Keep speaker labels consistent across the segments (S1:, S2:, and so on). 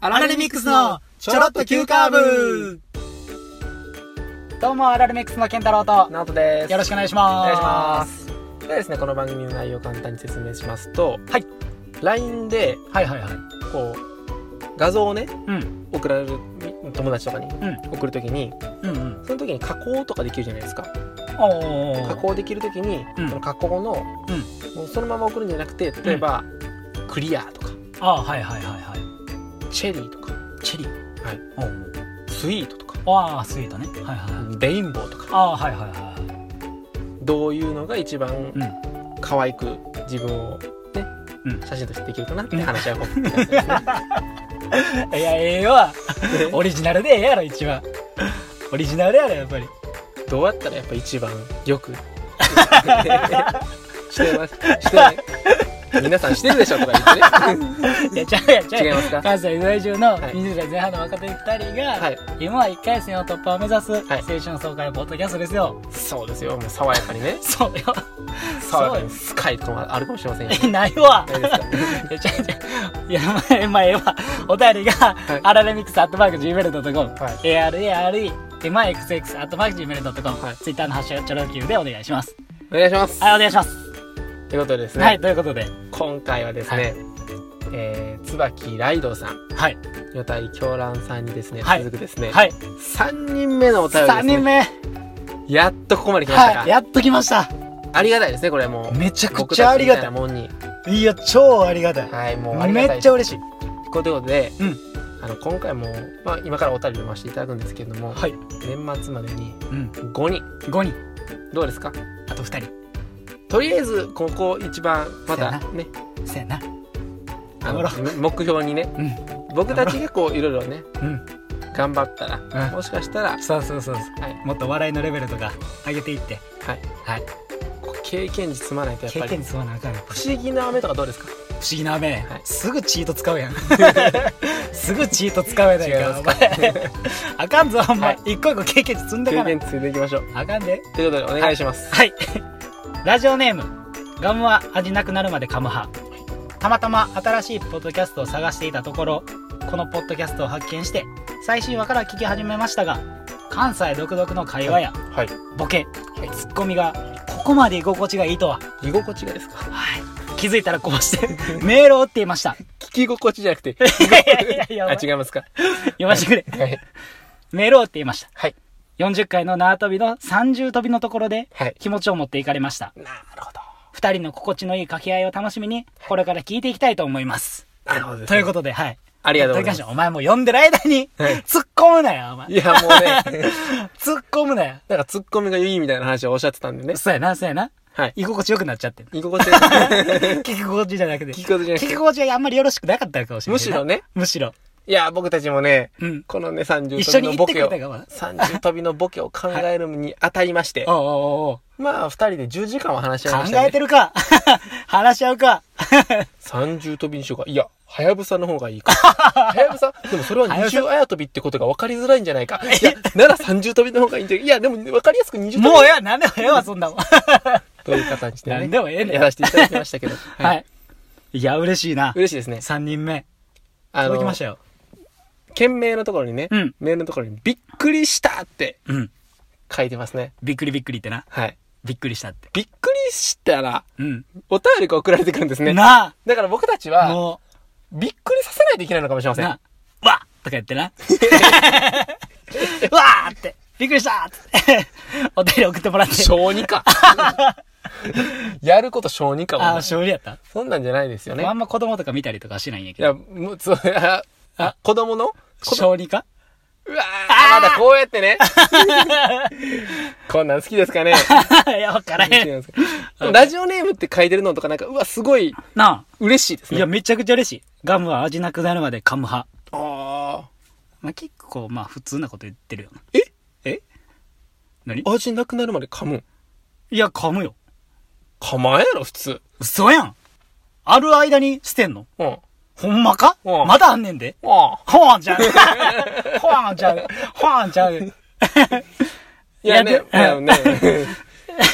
S1: アラレミックスのちょろっと急カーブどうもアラレミックスの健太郎と
S2: ナオトです。
S1: よろしくお願いします
S2: お願いします。ではですね、この番組の内容を簡単に説明しますと、
S1: はい。
S2: LINE で、
S1: はいはいはい
S2: こう、画像をね、
S1: うん
S2: 送られる友達とかに
S1: ん
S2: 送るときに、
S1: うんうん
S2: その時に加工とかできるじゃないですか。
S1: おー
S2: 加工できるときに、
S1: うん
S2: その加工の、もうそのまま送るんじゃなくて、例えば、クリアとか、
S1: あーはいはいはいはい
S2: チェリーとか、
S1: チェリー
S2: はい
S1: おー
S2: スイートとか、
S1: あースイートねはいはいはい
S2: レインボーとか、
S1: あーはいはいはいはい
S2: どういうのが一番
S1: うん
S2: 可愛く自分をね、
S1: うん
S2: 写真としてできるかなって話し合うことになってますね。
S1: いやええ わオリジナルでええやろ一番オリジナルやろやっぱり
S2: どうやったらやっぱ一番よくしてますしてない皆さんしてるでしょとか言ってね
S1: いやちゃうやんちゃう
S2: 違い
S1: やん
S2: ますか
S1: 関西在住の
S2: はい
S1: 20代前半の若手2人が、
S2: はい
S1: 今は1回戦を突破を目指す青
S2: い
S1: 春爽快ポッドキャストですよ、
S2: そうですよもう爽やかにね
S1: そうよ
S2: 爽やかにスカイとかもあるかもしれませんよ
S1: ないわ
S2: ないですか
S1: いや、ちゃうちゃう。いや、まあ、まあ、ええわ。お便りが、
S2: い
S1: アラレミックスアットマーク Gmail.com、
S2: はい
S1: ARARE、まあ、XX アットマーク Gmail.com、
S2: はい
S1: Twitter のハッシュタグチョロ Q でお願いします。
S2: お願いします
S1: はい、お願いします。
S2: ということでですね、
S1: はい、ということで、
S2: 今回はですね、
S1: はい
S2: えー、椿ライドウさん
S1: はい、
S2: 女体狂乱さんにですね、
S1: はい
S2: 続くですね、
S1: はい、
S2: 三3人目のお便りで
S1: 3
S2: すね
S1: 人目、
S2: やっとここまで来ましたか、
S1: はい、やっと来ました。
S2: ありがたいですねこれもう
S1: めちゃく
S2: 僕
S1: ちゃあ
S2: たち
S1: り
S2: み
S1: がた。
S2: たいないもんに
S1: いや、超ありがたい。
S2: はいもうありが
S1: め
S2: たい
S1: っちゃ嬉しい。
S2: ということで、
S1: うん
S2: あの今回も、まあ、今からお便り読ませていただくんですけれども、
S1: はい、
S2: 年末までに
S1: うん、
S2: 5人
S1: 5人、
S2: どうですか
S1: あと2人。
S2: とりあえずここ一番ま
S1: そうや
S2: た
S1: な
S2: ね
S1: そうやな。
S2: あの
S1: 頑張
S2: 目目標にね
S1: うん、
S2: 僕たちがこういろいろね
S1: うん、
S2: 頑張ったら、
S1: うん
S2: もしかしたら、
S1: そうそうそうそう。
S2: はい
S1: もっと笑いのレベルとか上げていって、
S2: はい、
S1: はい、
S2: こう経験値積まないとやっ
S1: 経
S2: ぱり
S1: 験に積まなあかんよ。
S2: 不思議な雨とかどうですか
S1: 不思議な雨、
S2: はい
S1: すぐチート使うやん すぐチート使うやない
S2: 違い
S1: か
S2: ます
S1: お前あかんぞお前、
S2: は
S1: 一個一個経験値積んで
S2: 経
S1: かな
S2: 験値積んでいきましょう
S1: あかんで
S2: ということでお願いします、
S1: はいラジオネームガムは味なくなるまで噛む派たまたま新しいポッドキャストを探していたところこのポッドキャストを発見して最新話から聞き始めましたが関西独特の会話や
S2: はい
S1: ボケ、ツッコミがここまで居心地がいいとは、
S2: 居心地がですか
S1: はい、気づいたらこうしてメールを打っていました
S2: 聞き心地じゃな くて
S1: いやいやいやいやお
S2: あ
S1: 前
S2: 違いますか
S1: 読ませてくれ
S2: はい
S1: メールを打っていました。
S2: はい
S1: 40回の縄跳びの30跳びのところで
S2: はい
S1: 気持ちを持っていかれました。
S2: なるほど
S1: 二人の心地のいい掛け合いを楽しみに、これから聞いていきたいと思います。
S2: なるほどです
S1: と
S2: ね
S1: いうことで、はい。
S2: ありがとうございます
S1: とにかくお前もう読んでる間に、
S2: はい
S1: 突っ込むなよ、お前
S2: い。や、もうね、
S1: 突っ込むなよ。
S2: なんかツッコミがいいみたいな話をおっしゃってたんでね。
S1: そうやな、そうやな。
S2: はい。
S1: 居心地良くなっちゃ ってる。
S2: 居心地が
S1: 聞き心地じゃなくて。
S2: 聞き心地じゃなくて
S1: 聞き心地があんまりよろしくなかったかもしれな
S2: む
S1: い。
S2: しろ。ね、
S1: むしろ。
S2: いや、僕たちもね、
S1: うん。
S2: このね、30
S1: 一緒
S2: 飛
S1: に行っ
S2: びのボ
S1: てく
S2: ケ
S1: れ
S2: を、
S1: たかもな。
S2: 30飛びのボケを考えるにあたりまして、
S1: おうおうおうおう
S2: まあ、二人で10時間は話し合いまし
S1: 考
S2: た、ね。
S1: えてるか。 話し合う か。
S2: 30飛びにしようか。いや、はやぶさの方がい いか。はやぶさでもそれは二重あや飛びってことが分かりづらいんじ ゃないか。いや、なら30飛びの方がいいんじゃないいや、でも分かりやすく20飛び。
S1: もうええわ、なんでもええわ、そんなもん。
S2: という形でね。
S1: なんでもええねん
S2: やらせていただきましたけ ど。
S1: は。い。いや、嬉しいな。
S2: 嬉しいですね。
S1: 3人目。
S2: あ
S1: 届きましたよ。
S2: 件名のところにね、
S1: うん
S2: メールのところに「びっくりした!」って
S1: うん。
S2: 書いてますね
S1: びっくりびっくりってな。
S2: はい
S1: びっくりしたって。
S2: びっくりしたら
S1: うん。
S2: お便りが送られてくるんですね
S1: な
S2: だから僕たち
S1: あ
S2: は
S1: も
S2: びっくりさせないといけないのかもしれま
S1: う、
S2: せん
S1: なあ、わっとか言って な。わーって。びっくりしたーって。お便り送ってもらって。
S2: 小児かやること小児か
S1: ああ、
S2: もね
S1: 勝利やった。
S2: そんなんじゃないですよね
S1: あんま子供とか見たりとかはしないんや
S2: い
S1: けど。
S2: やもうそうああ子供の子供
S1: 小児か
S2: うわーまだこうやってねこんなん好きですかね
S1: いや、わから
S2: 好きなん
S1: へん。
S2: ですかでもラジオネームって書いてるのとかなんかうわすごい
S1: な
S2: 嬉しいです
S1: あ。
S2: ね
S1: いや、めちゃくちゃ嬉しい。ガムは味なくなるまで噛む派。
S2: あ
S1: まあ、結構、まあ、普通なこと言ってるよな。
S2: え
S1: え何
S2: あ味なくなるまで噛むん
S1: いや、噛むよ。
S2: 噛まんやろ、普通。
S1: 嘘やんある間に捨てんの
S2: うん。
S1: ほんまか
S2: うん
S1: まだあんねんで。
S2: ああ。
S1: ほわんちゃう。 ほわんちゃう。ほわんちゃう。
S2: いやね、
S1: いや
S2: うんね。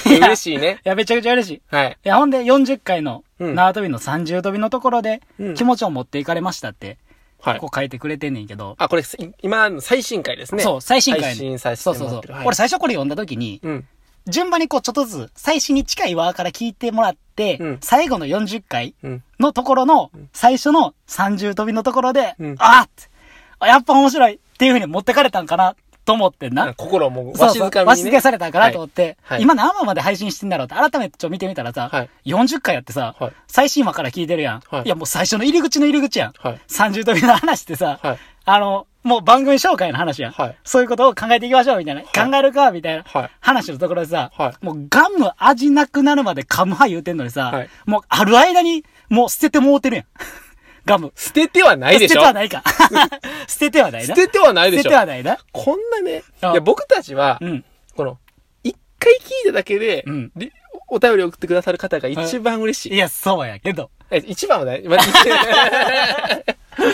S2: 嬉しいね。
S1: いや、めちゃくちゃ嬉しい。い
S2: はい。
S1: や、ほんで40回の
S2: うん
S1: 縄跳びの30跳びのところで
S2: うん
S1: 気持ちを持っていかれましたって、
S2: はい
S1: こ。う書いてくれてんねんけど、
S2: あ、これ、い今の最新回ですね。
S1: そう、最新回
S2: 最新させ
S1: そう
S2: て
S1: そう
S2: もら
S1: そう
S2: ってる。はい
S1: 俺最初これ読んだ時に、
S2: うん。
S1: 順番にこうちょっとずつ最新に近いワーから聞いてもらって、
S2: うん
S1: 最後の40回
S2: うん。
S1: のところの最初の30飛びのところで、
S2: うん
S1: あーってあやっぱ面白いっていうふうに持ってかれたんかなと思ってん
S2: なん
S1: な。
S2: か心をもう、
S1: そう
S2: わし
S1: そう
S2: づかみに、ね。
S1: わしづかされたんかなと思って、
S2: はいはい
S1: 今何話まで配信してんだろうって改めてちょっと見てみたらさ、
S2: はい
S1: 40回やってさ、
S2: はい
S1: 最新話から聞いてるやん、
S2: はい
S1: いやもう最初の入り口の入り口やん。
S2: はい。
S1: 30飛びの話ってさ、
S2: はい。
S1: あの、もう番組紹介の話やん。
S2: はい
S1: そういうことを考えていきましょうみたいな。
S2: はい
S1: 考えるかみたいな。
S2: はい
S1: 話のところでさ、
S2: は
S1: もうガム味なくなるまで噛むは言うてんのにさ、
S2: はい
S1: もうある間にもう捨ててもうてるやん。 ガム。
S2: 捨ててはない
S1: 捨て
S2: でしてょ
S1: はないか。 捨ててはない
S2: 捨
S1: な。
S2: ててはないでし
S1: 捨
S2: ょ
S1: てはないな。
S2: こんなね、い
S1: あ
S2: や、僕たちは
S1: う、ん。
S2: この、一回聞いただけで
S1: うん、
S2: りお便り送ってくださる方が一番嬉しい
S1: い。や、そうやけど。
S2: え、一番はない。まあ、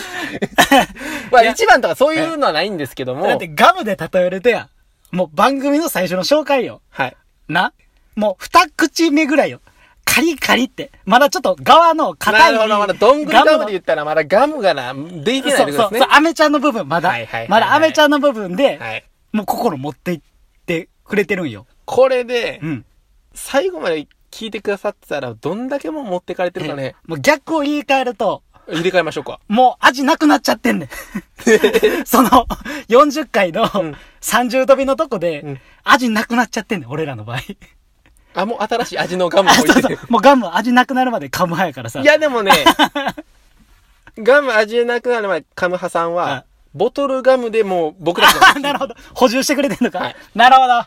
S2: まあ一番とかそういうのはないんですけども。
S1: だってガムで例えるとや、もう番組の最初の紹介よ。
S2: はい。
S1: な。もう二口目ぐらいよ。カリカリって。まだちょっと側の
S2: な
S1: 硬い。
S2: るほど、まだどんぐりガム
S1: の
S2: で言ったらまだガムがな、できてない
S1: そ
S2: っ
S1: うそう
S2: てことで
S1: そう
S2: すね、。
S1: アメちゃんの部分、まだ、
S2: はいはいはいはい
S1: まだアメちゃんの部分で、
S2: はい。
S1: もう心持っていってくれてるんよ。
S2: これで
S1: う、ん。
S2: 最後まで聞いてくださってたら、どんだけもう持ってかれてるかね、
S1: もう逆を言い換えると、
S2: 入れ替えましょうか。
S1: もう味なくなっちゃってんねん。 その、40回の
S2: うん
S1: 30飛びのとこで、
S2: うん
S1: 味なくなっちゃってんねん、俺らの場合。
S2: あ、もう新しい味のガムを
S1: あ、
S2: 置
S1: そう
S2: いて
S1: そう
S2: る。。
S1: もうガム味なくなるまで噛むはやからさ。
S2: いや、でもね、ガム味なくなる前、カムハさん
S1: はい
S2: は、ボトルガムでもう僕 ら
S1: あ、
S2: の
S1: なるほど。補充してくれてんのか。
S2: はい
S1: なるほど。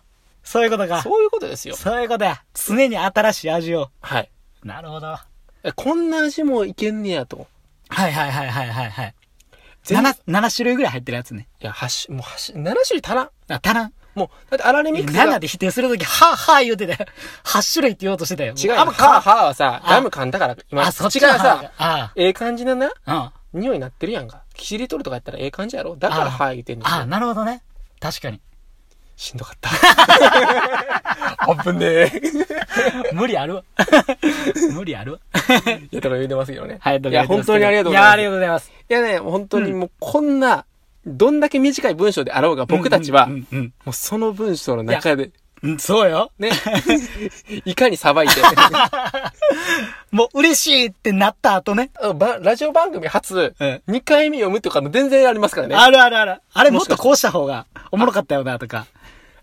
S1: そういうことか。
S2: そういうことですよ。
S1: そういうことや。常に新しい味を。
S2: はい。
S1: なるほど。は
S2: えこんな味もいけんねやと。
S1: いはいはいはいはいはい。
S2: 全部
S1: 7、七種類ぐらい入ってるやつね。
S2: いや、はし、もうはし、7種類足らん。
S1: あ、足らん。
S2: もう、だってアラレミックス
S1: 7
S2: が。
S1: で否定するとき、はぁはぁ言うてたよ。8種類 って言おうとしてたよ。
S2: 違うよ。
S1: あ、
S2: ハ
S1: も
S2: ー
S1: うか
S2: ハーはさ、
S1: あ
S2: ガム噛んだから、今、
S1: あ、そっち
S2: が
S1: がさ
S2: さ、、
S1: あ
S2: ええ感じなな、
S1: あ、
S2: 匂いなってるやんか。キシリトルとかやったらええ感じやろだから、
S1: あ
S2: はぁ言うてん
S1: うん。
S2: ねん
S1: あ、なるほどね。確 かに。
S2: しんどかった。 あぶねえ。
S1: 無理あるわ。 無理あるわ。
S2: いや、とか言うてますけどね。
S1: はい、
S2: いや、本当にありがとうございま
S1: い
S2: す。
S1: や、ありがとうございます。
S2: いやね、本当にもうこんな、どんだけ短い文章であろうが、僕たちは、
S1: うん
S2: も
S1: うん、
S2: うその文章の中で、
S1: うんうん。そうよ。
S2: ね、 いかにさ ばいて、
S1: もう嬉しいってなった後ね。
S2: あばラジオ番組初、
S1: うん
S2: 2回目読むとかの全然ありますからね。
S1: あるあるある。あれも
S2: も
S1: っ
S2: しか
S1: と
S2: して
S1: こうした方がおもろかったよなとか。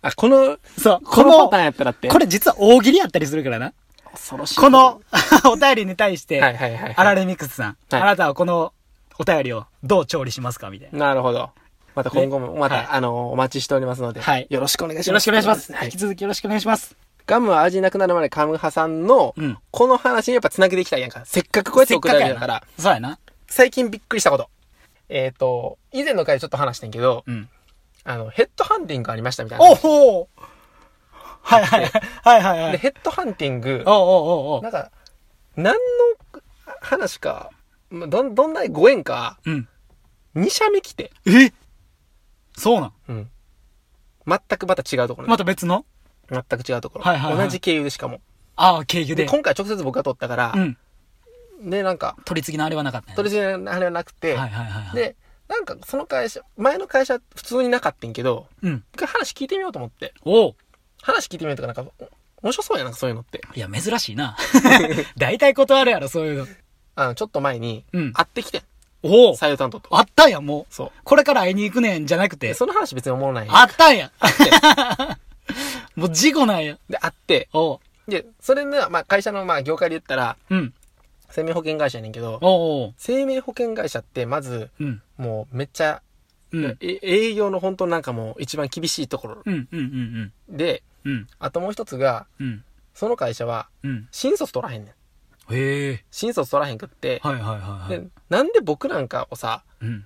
S2: あ、この、
S1: そう。
S2: こ
S1: こ
S2: の
S1: の、
S2: パターンやったらって。
S1: これ実は大喜利やったりするからな。
S2: 恐ろしい。
S1: この お便りに対して、
S2: はいはいはいはい
S1: アラレミックスさん、
S2: はい
S1: あなたはこのお便りをどう調理しますかみたいな。
S2: なるほど。また今後も、また、
S1: はい
S2: あの、お待ちしておりますので、
S1: はい
S2: よろしくお願いします。
S1: よろしくお願いします。
S2: は
S1: 引
S2: い
S1: き。続きよろしくお願いします。
S2: ガムは味なくなるまでカムハさんの、
S1: うん
S2: この話にやっぱ繋げていきたいやんか。せっかくこうやって送られる
S1: せっ
S2: から。
S1: かくやな。そうやな。
S2: 最近びっくりしたこと。えっ、と、以前の回でちょっと話してんけど、
S1: うん。
S2: あの、ヘッドハンティングがありましたみたいな。
S1: おほーはいはいはいはいは
S2: で、
S1: い。
S2: ヘッドハンティング
S1: お、うおうおうお
S2: なんか、何の話か、まあどん、どんなご縁か、
S1: う。うん。
S2: 2社目来て、
S1: えそうなん
S2: うん。全くまた違うところ、
S1: また別の
S2: 全く違うところ、
S1: はいはいはい
S2: 同じ経由でしかも。
S1: ああ、経由
S2: で、
S1: で。
S2: 今回直接僕が取ったから
S1: う、ん。
S2: で、なんか、
S1: 取り次ぎのあれはなかったんや
S2: 取り次ぎのあれはなくて、
S1: はいはいはいはい。、
S2: で、なんかその会社、前の会社普通になかったんけど、
S1: うん。
S2: 一回話聞いてみようと思って。
S1: おう
S2: 話聞いてみようとか、なんか、お面白そうやな、なんかそういうのって。
S1: いや、珍しい な。大体断るやろ、そういうの。
S2: あの、ちょっと前に
S1: うん、
S2: 会ってきてん、
S1: おお
S2: 採用担当と。
S1: あったんや、もう。
S2: そう。
S1: これから会いに行くねん、じゃなく
S2: で
S1: て。
S2: その話別に思わない。
S1: あったんや。 もう事故なんや。
S2: で、会って、
S1: おう
S2: で、それね、まあ、会社の、まあ、業界で言ったら、
S1: うん。
S2: 生命保険会社やねんけど、
S1: おうおう
S2: 生命保険会社って、まず、
S1: うん。
S2: もう、めっちゃ、
S1: うん。
S2: え営業の本当なんかもう、一番厳しいところ
S1: うん。うん。うん。
S2: で、
S1: うん。
S2: あともう一つが、
S1: うん。
S2: その会社は、
S1: うん。
S2: 新卒取らへんねん。
S1: へえ。
S2: 新卒取らへんくって、
S1: はいはいはいはい
S2: で。、なんで僕なんかをさ、
S1: うん。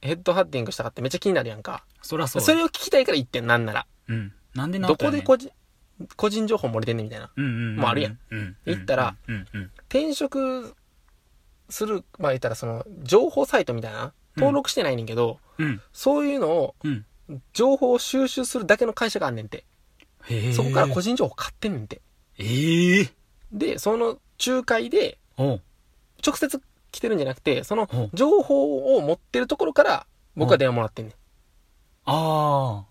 S2: ヘッドハッティングしたかってめっちゃ気になるやんか。
S1: そらそ。
S2: そうれを聞きたいから言ってん、なんなら。
S1: うん。なんでな
S2: どこで
S1: こ
S2: 個人、個人情報漏れてんねんみたいな。
S1: うんうんうん。
S2: もうあるやん。
S1: うん。
S2: 行ったら
S1: うんうん。
S2: 転職する、まあ言ったらその、情報サイトみたいな、登録してないねんけど、
S1: うん。
S2: そういうのを、
S1: うん。
S2: 情報を収集するだけの会社があんねんて。
S1: へえ。
S2: そこから個人情報買ってんねんて。
S1: ええ。
S2: で、その仲介で、
S1: おう
S2: 直接来てるんじゃなくて、その
S1: うん
S2: 情報を持ってるところから、僕は電話もらってんねん。
S1: ああ。は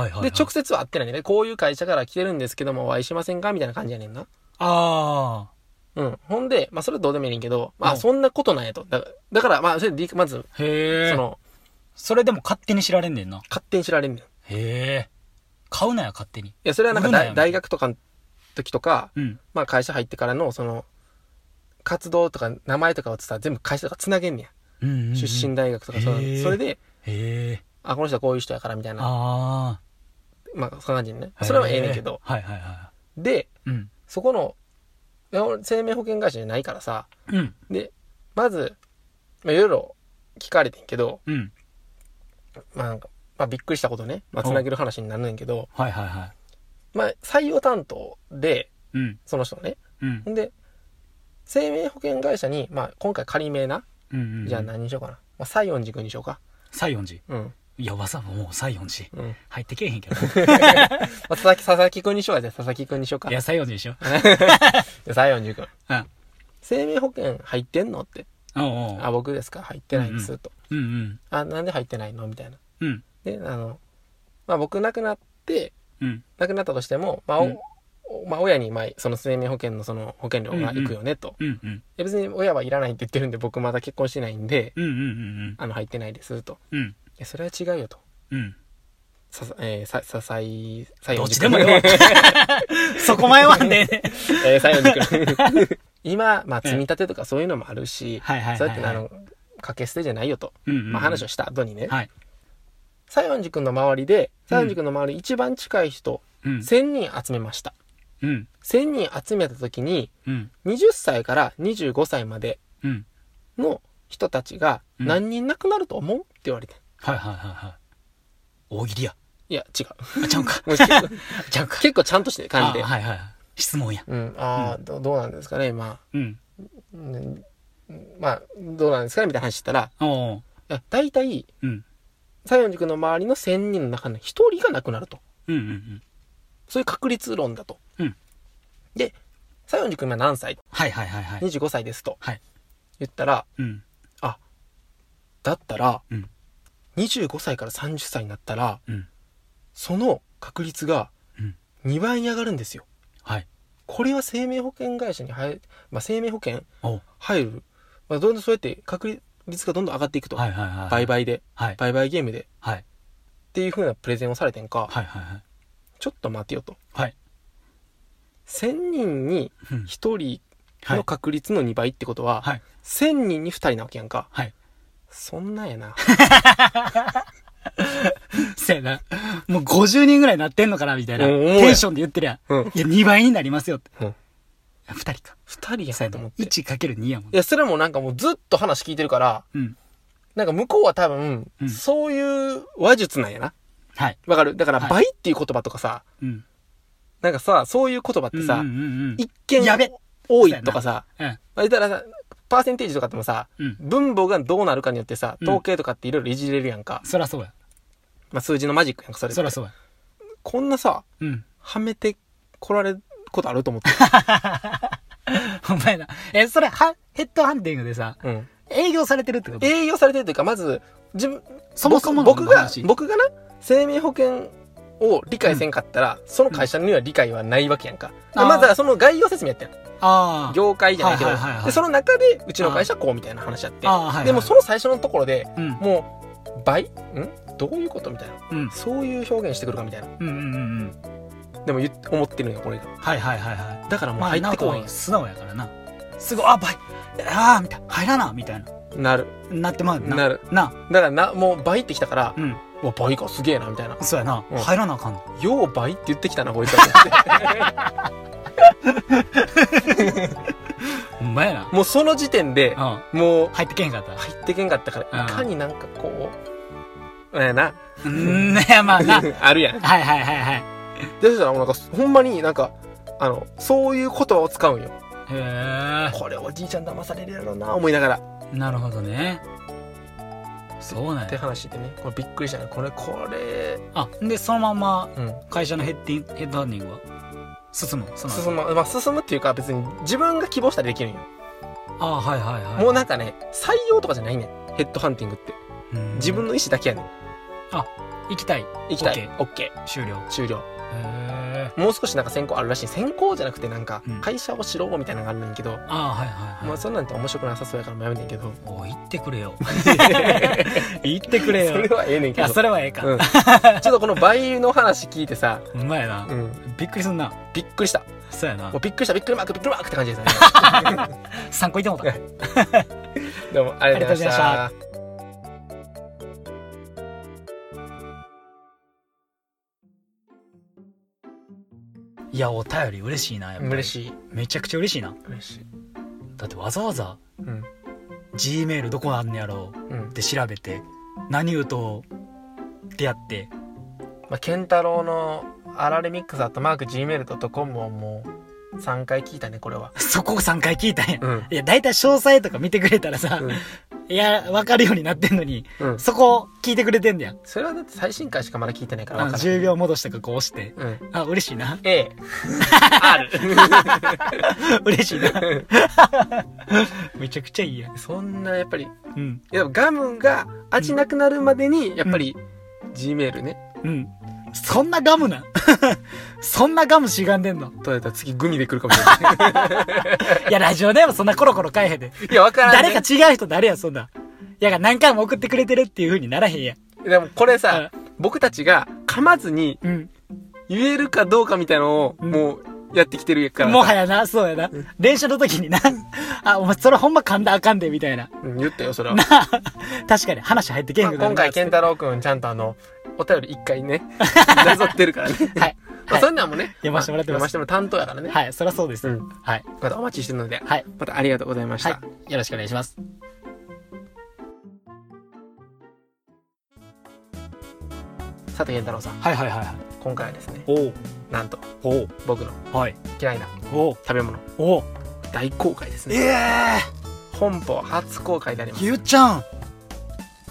S1: いはい、はい。
S2: で、直接は会ってないね。こういう会社から来てるんですけども、お会いしませんかみたいな感じやねんな。
S1: あ
S2: うん。ほんで、まあ、それはどうでもいいねんけど、ま
S1: う
S2: あ、
S1: ん
S2: そんなことなんやと。だから、だからまあ、それで、まず、
S1: あ。へえ。
S2: そ
S1: その、
S2: の、
S1: それでも勝手に知られんねんな。
S2: 勝手に知られんねん。い
S1: へえ。買うなよ、勝手に。
S2: や、それはなんか
S1: 売るなよ
S2: 大、大学とかの時とか、
S1: うん。
S2: まあ、会社入ってからの、その、活動とか名前とかをさ、全部会社とか繋げんね
S1: うんうん、うん。
S2: ん。出身
S1: だ。
S2: 大学とか、そ
S1: へ
S2: の
S1: ー
S2: それで、
S1: へえ。
S2: あ、この人はこういう人やから、みたいな、
S1: あ
S2: まあ、そんな感じにね。
S1: あ。
S2: それはええねんけど。
S1: へえはいはいは
S2: で、
S1: い。うん。
S2: そこの、いや俺生命保険会社じゃないからさ、
S1: うん。
S2: で、まず、まあ、いろいろ聞かれてんけど、
S1: うん。
S2: まあなんか、まあびっくりしたことね、まあ
S1: うん
S2: 繋げる話になるねんけど、
S1: はいはいは
S2: まあ採用担当で、
S1: い。うん。
S2: その人のね。
S1: うん。
S2: ほんで、生命保険会社に、まあ今回仮名な、
S1: うん、うん。
S2: じゃあ何にしようかな。まあ西園寺君にしようか。
S1: 西園寺。
S2: うん。
S1: いや、わざわざもう西園寺。
S2: うん。ま
S1: 入ってけえへんけど。
S2: あ佐々木、佐々木君にしようか。じゃあ佐々木君にしようか。
S1: いや、西園寺でしょ。
S2: で西園寺君。
S1: うん。
S2: 生命保険入ってんのって。
S1: おうおう
S2: あ、僕ですか入ってないです、と。
S1: うんうん。
S2: あ、なんで入ってないのみたいな。
S1: うん。
S2: で、あの、まあ僕亡くなって、
S1: うん。
S2: 亡くなったとしても、まあ、お
S1: うん
S2: おまあ、親に、まあ、その生命保険のその保険料がいくよねと。い
S1: うんうん。
S2: や別に親はいらないって言ってるんで、僕まだ結婚してないんで、
S1: うんうんうん
S2: あの、入ってないですと。
S1: うん。うん。
S2: いや、それは違うよと。
S1: うん。
S2: さ、えー、さ、さ、さい、さい
S1: どっちでもよ。そこ前はんでね。
S2: えー、さいおじくん 今、まあ、積み立てとかそういうのもあるし、
S1: はいはいはいはい
S2: そうやって、あの、掛け捨てじゃないよと。
S1: うんうんうん
S2: まあ、話をした後にね。
S1: はい。
S2: 西園寺君の周りで、西園寺君の周り一番近い人、
S1: うん。
S2: 1000人集めました。
S1: うん。
S2: 1000人集めた時に、
S1: うん。
S2: 20歳から25歳まで
S1: うん。
S2: の人たちが
S1: うん
S2: 何人亡くなると思うって言われて。
S1: はいはいはいはい。大喜利や。
S2: いや、違 う。
S1: あ、ちゃうか。
S2: もう結構
S1: ちゃうか。
S2: 結構ちゃんとして感じで。
S1: あはいはいはい。質問や。
S2: うん、ああ、どどうなんですかね、まあ、
S1: うん。
S2: うん、まあ、どうなんですかね、みたいな話したら、
S1: おう
S2: いや大体、
S1: うん。
S2: 西園寺君の周りの1000人の中の1人が亡くなると。
S1: うんうんうん。
S2: そういう確率論だと。
S1: うん
S2: で、西園寺君今何歳
S1: はいはいはいはい。
S2: ?25 歳ですと。
S1: はい
S2: 言ったら、
S1: うん。
S2: だったら、
S1: うん
S2: 25歳から30歳になったら、
S1: うん。
S2: その確率が
S1: うん
S2: 2倍に上がるんですよ。
S1: はい。
S2: これは生命保険会社に入る、まあ、生命保険
S1: おう
S2: 入る。まあ、どんどんそうやって確率がどんどん上がっていくと。
S1: はいはいはい。
S2: 売。買で、
S1: はい。
S2: 売買ゲームでっ
S1: はい。
S2: ていう風なプレゼンをされてんか、
S1: はいはいはい。
S2: ちょっと待てよと。
S1: はい。
S2: 1000人に
S1: うん
S2: 1人
S1: は
S2: の
S1: い。
S2: 確率の2倍ってことは、
S1: はい。
S2: 1000人に2人なわけやんか。
S1: はい。
S2: そんなんやな。
S1: せやな。もう50人ぐらいなってんのかなみたいな。
S2: うん思うやん
S1: テンションで言ってりゃ。
S2: うん
S1: いや、2倍になりますよって。
S2: うん
S1: 2人か。
S2: 2人
S1: そうや
S2: やん
S1: な
S2: と思って。い
S1: 1×2 やもん。
S2: や、それもなんかもうずっと話聞いてるから、
S1: うん。
S2: なんか向こうは多分、
S1: うん
S2: そういう話術なんやな。
S1: はい。
S2: わかるだから
S1: はい
S2: 倍っていう言葉とかさ、
S1: うん。
S2: なんかさ、そういう言葉ってさ、
S1: うんうんうん
S2: 一見
S1: やべ
S2: 多いとかさ、
S1: うん。うん。
S2: まあ言ったらさ、パーセンテージとかってもさ、
S1: うん
S2: 分母がどうなるかによってさ、
S1: うん
S2: 統計とかっていろいろいじれるやんか。
S1: そらそうや。
S2: まあ数字のマジックやんか、それって
S1: そらそうや。
S2: こんなさ、
S1: うん。
S2: はめてこられることあると 思って。
S1: お前な。え、それ、は、ヘッドハンティングでさ、
S2: うん。
S1: 営業されてるってこと
S2: 営業されてるというか、まず、自分、
S1: そもそもの
S2: 僕僕が
S1: 話、
S2: 僕がな、生命保険を理解せんかったら、その会社には理解はないわけやんか。
S1: あー
S2: まずはその概要説明やってん。
S1: ああ。
S2: 業界じゃないけど、
S1: はいはいはいはい
S2: でその中でうちの会社はこうみたいな話あって
S1: あーはいはい
S2: でもその最初のところで
S1: うん。
S2: もう倍んどういうことみたいな
S1: うん。
S2: そういう表現してくるかみたいな
S1: うんうんうんうん。
S2: でも言っ思ってるんやこれが
S1: はいはいはいはい。
S2: だからもう
S1: まあ、
S2: 入っ
S1: な
S2: て
S1: ん
S2: こないん
S1: か
S2: や
S1: 素直やからな。すごい、あ、倍。ああ、みたいな。入らな、みたいな。
S2: なる
S1: なってまうよな。
S2: なる
S1: な。
S2: だからなもう倍ってきたから、
S1: うん。
S2: うわ倍かすげえなみたいな
S1: そうやな。
S2: うん
S1: 入らなあかんの。
S2: よう倍って言ってきたなこいつは
S1: ほんまやな。
S2: もうその時点で
S1: うん。
S2: もう
S1: 入ってけへんかった。
S2: 入ってけんかったから
S1: うん
S2: いかになんかこうええな
S1: うーん、 いや、まあな。はい
S2: あるやん
S1: はいはいは
S2: でそしたらもうなんかほんまになんかあのそういう言葉を使うんよ
S1: い。へ
S2: これおじいちゃん騙されるやろうな思いながらっ
S1: え。なるほどね。そうなん
S2: て
S1: や。
S2: 話でねこれびっくりしたねこれこれ
S1: あ、で、そのまま
S2: うん
S1: 会社のヘッディンヘッドハンディングは進むのその後
S2: 進むまあ進むっていうか別に自分が希望したらできるんよ
S1: ああ、はいはいはい。
S2: もうなんかね、採用とかじゃないねん。ヘッドハンティングって。
S1: うん
S2: 自分の意思だけやねん。
S1: 行きたい。
S2: 行きたい。オッケ
S1: 終了。
S2: ー。終了。
S1: へえ。
S2: もう少しなんか選考あるらしい。選考じゃなくてなんか
S1: うん、
S2: 会社を知ろうみたいなのがあるねんけど、
S1: ああ、はいはい
S2: ま
S1: は
S2: あ
S1: い。
S2: そんなんて面白くなさそうやからもうやめんねんけど。
S1: おい行ってくれよ。行ってく
S2: そ
S1: れよ。
S2: れ
S1: い
S2: はええねんけど。
S1: や、それはええ
S2: う
S1: か。
S2: ん。ち ょっとこの倍の話聞いてさ、
S1: うまいな
S2: う。ん。
S1: びっくりすんな。
S2: びっくりした。
S1: そうやな
S2: もう。びっくりした、びっくりマーク、びっくりマークって感 じですね。
S1: 3個いてもうた。
S2: どうもありがとうございまし
S1: ありがとうござい
S2: た
S1: ま。いや、お便り嬉しいな、やっぱり。
S2: 嬉
S1: い。
S2: しい。
S1: めちゃくちゃ嬉しいな。
S2: 嬉しい。
S1: だってわざわざ
S2: うん。
S1: G メールどこあんねやろう
S2: うん
S1: っ。て調べて、何言うと出会って、
S2: まあ、ケンタロウのあられミックスアットマーク Gmail.com をもう3回聞いたね、これは。
S1: そこを3回聞いたんや。
S2: うん。
S1: いや、だいたい詳細とか見てくれたらさ、いや、わかるようになってんのに、
S2: うん。
S1: そこ聞いてくれてんだよ。
S2: それはだって最新回しかまだ聞いてないから
S1: あ
S2: 分
S1: の
S2: からない。
S1: 10秒戻したかこう押して。
S2: うん。
S1: あ、嬉しいな。
S2: A、R。
S1: 嬉しいな。 めちゃくちゃいいやん。
S2: そんなやっぱり、
S1: うん。
S2: いやガムが味なくなるまでに、やっぱり Gmail ね。
S1: うん。そんなガムなん そんなガムしがんでんの
S2: どうやったら次グミで来るかもしれない
S1: や、ラジオでもそんなコロコロ変えへんで。
S2: い。いや、分からん、
S1: 誰か
S2: ね。
S1: 違う人誰や、そんなん。いや、何回も送ってくれてるっていう風にならへんや。
S2: でもこれさ、僕たちが噛まずに
S1: うん。
S2: 言えるかどうかみたいのを、
S1: うん
S2: もうやってきてるから。
S1: もはやな、そうやな。練習の時にな。あ、お前それほんま噛んだらあかんで、みたいな。
S2: うん、言ったよ、そ れは。
S1: 確かに話入ってけん
S2: まあ
S1: くなるな
S2: 今回、健太郎くん、ちゃんとあの、お便り一 回ね、なぞってるからね。
S1: はい。
S2: まあ、そういうのはもうね、
S1: 読ませてもらってます
S2: あ読ませてもらう担当やからね。
S1: はい、そりゃそうです。
S2: うん
S1: はい。
S2: またお待ちしてるので、
S1: はい。
S2: またありがとうございました。
S1: はい。よろしくお願いします。
S2: さて、健太郎さん、
S1: はいはいはいはい。
S2: 今回はですね、
S1: おう
S2: なんと、
S1: お
S2: 僕の
S1: うはい。
S2: 嫌いな
S1: おう
S2: 食べ物、
S1: おう
S2: 大公開です
S1: え
S2: ね。
S1: え
S2: 本邦初公開であります。
S1: ゆうちゃんう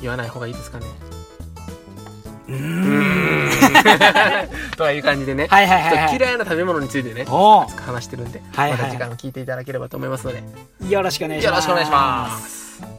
S2: 言わない方がいいですかね。
S1: ー
S2: うー
S1: ん。
S2: ん という感じでね、
S1: はいはいはい、はい。
S2: ちょっと嫌いな食べ物についてね、
S1: おう
S2: 話してるんで、
S1: はいはい
S2: また時間を聞いていただければと思いますので、
S1: よろしくお願いし
S2: よ
S1: ま
S2: ろ
S1: す。
S2: しくお願いします。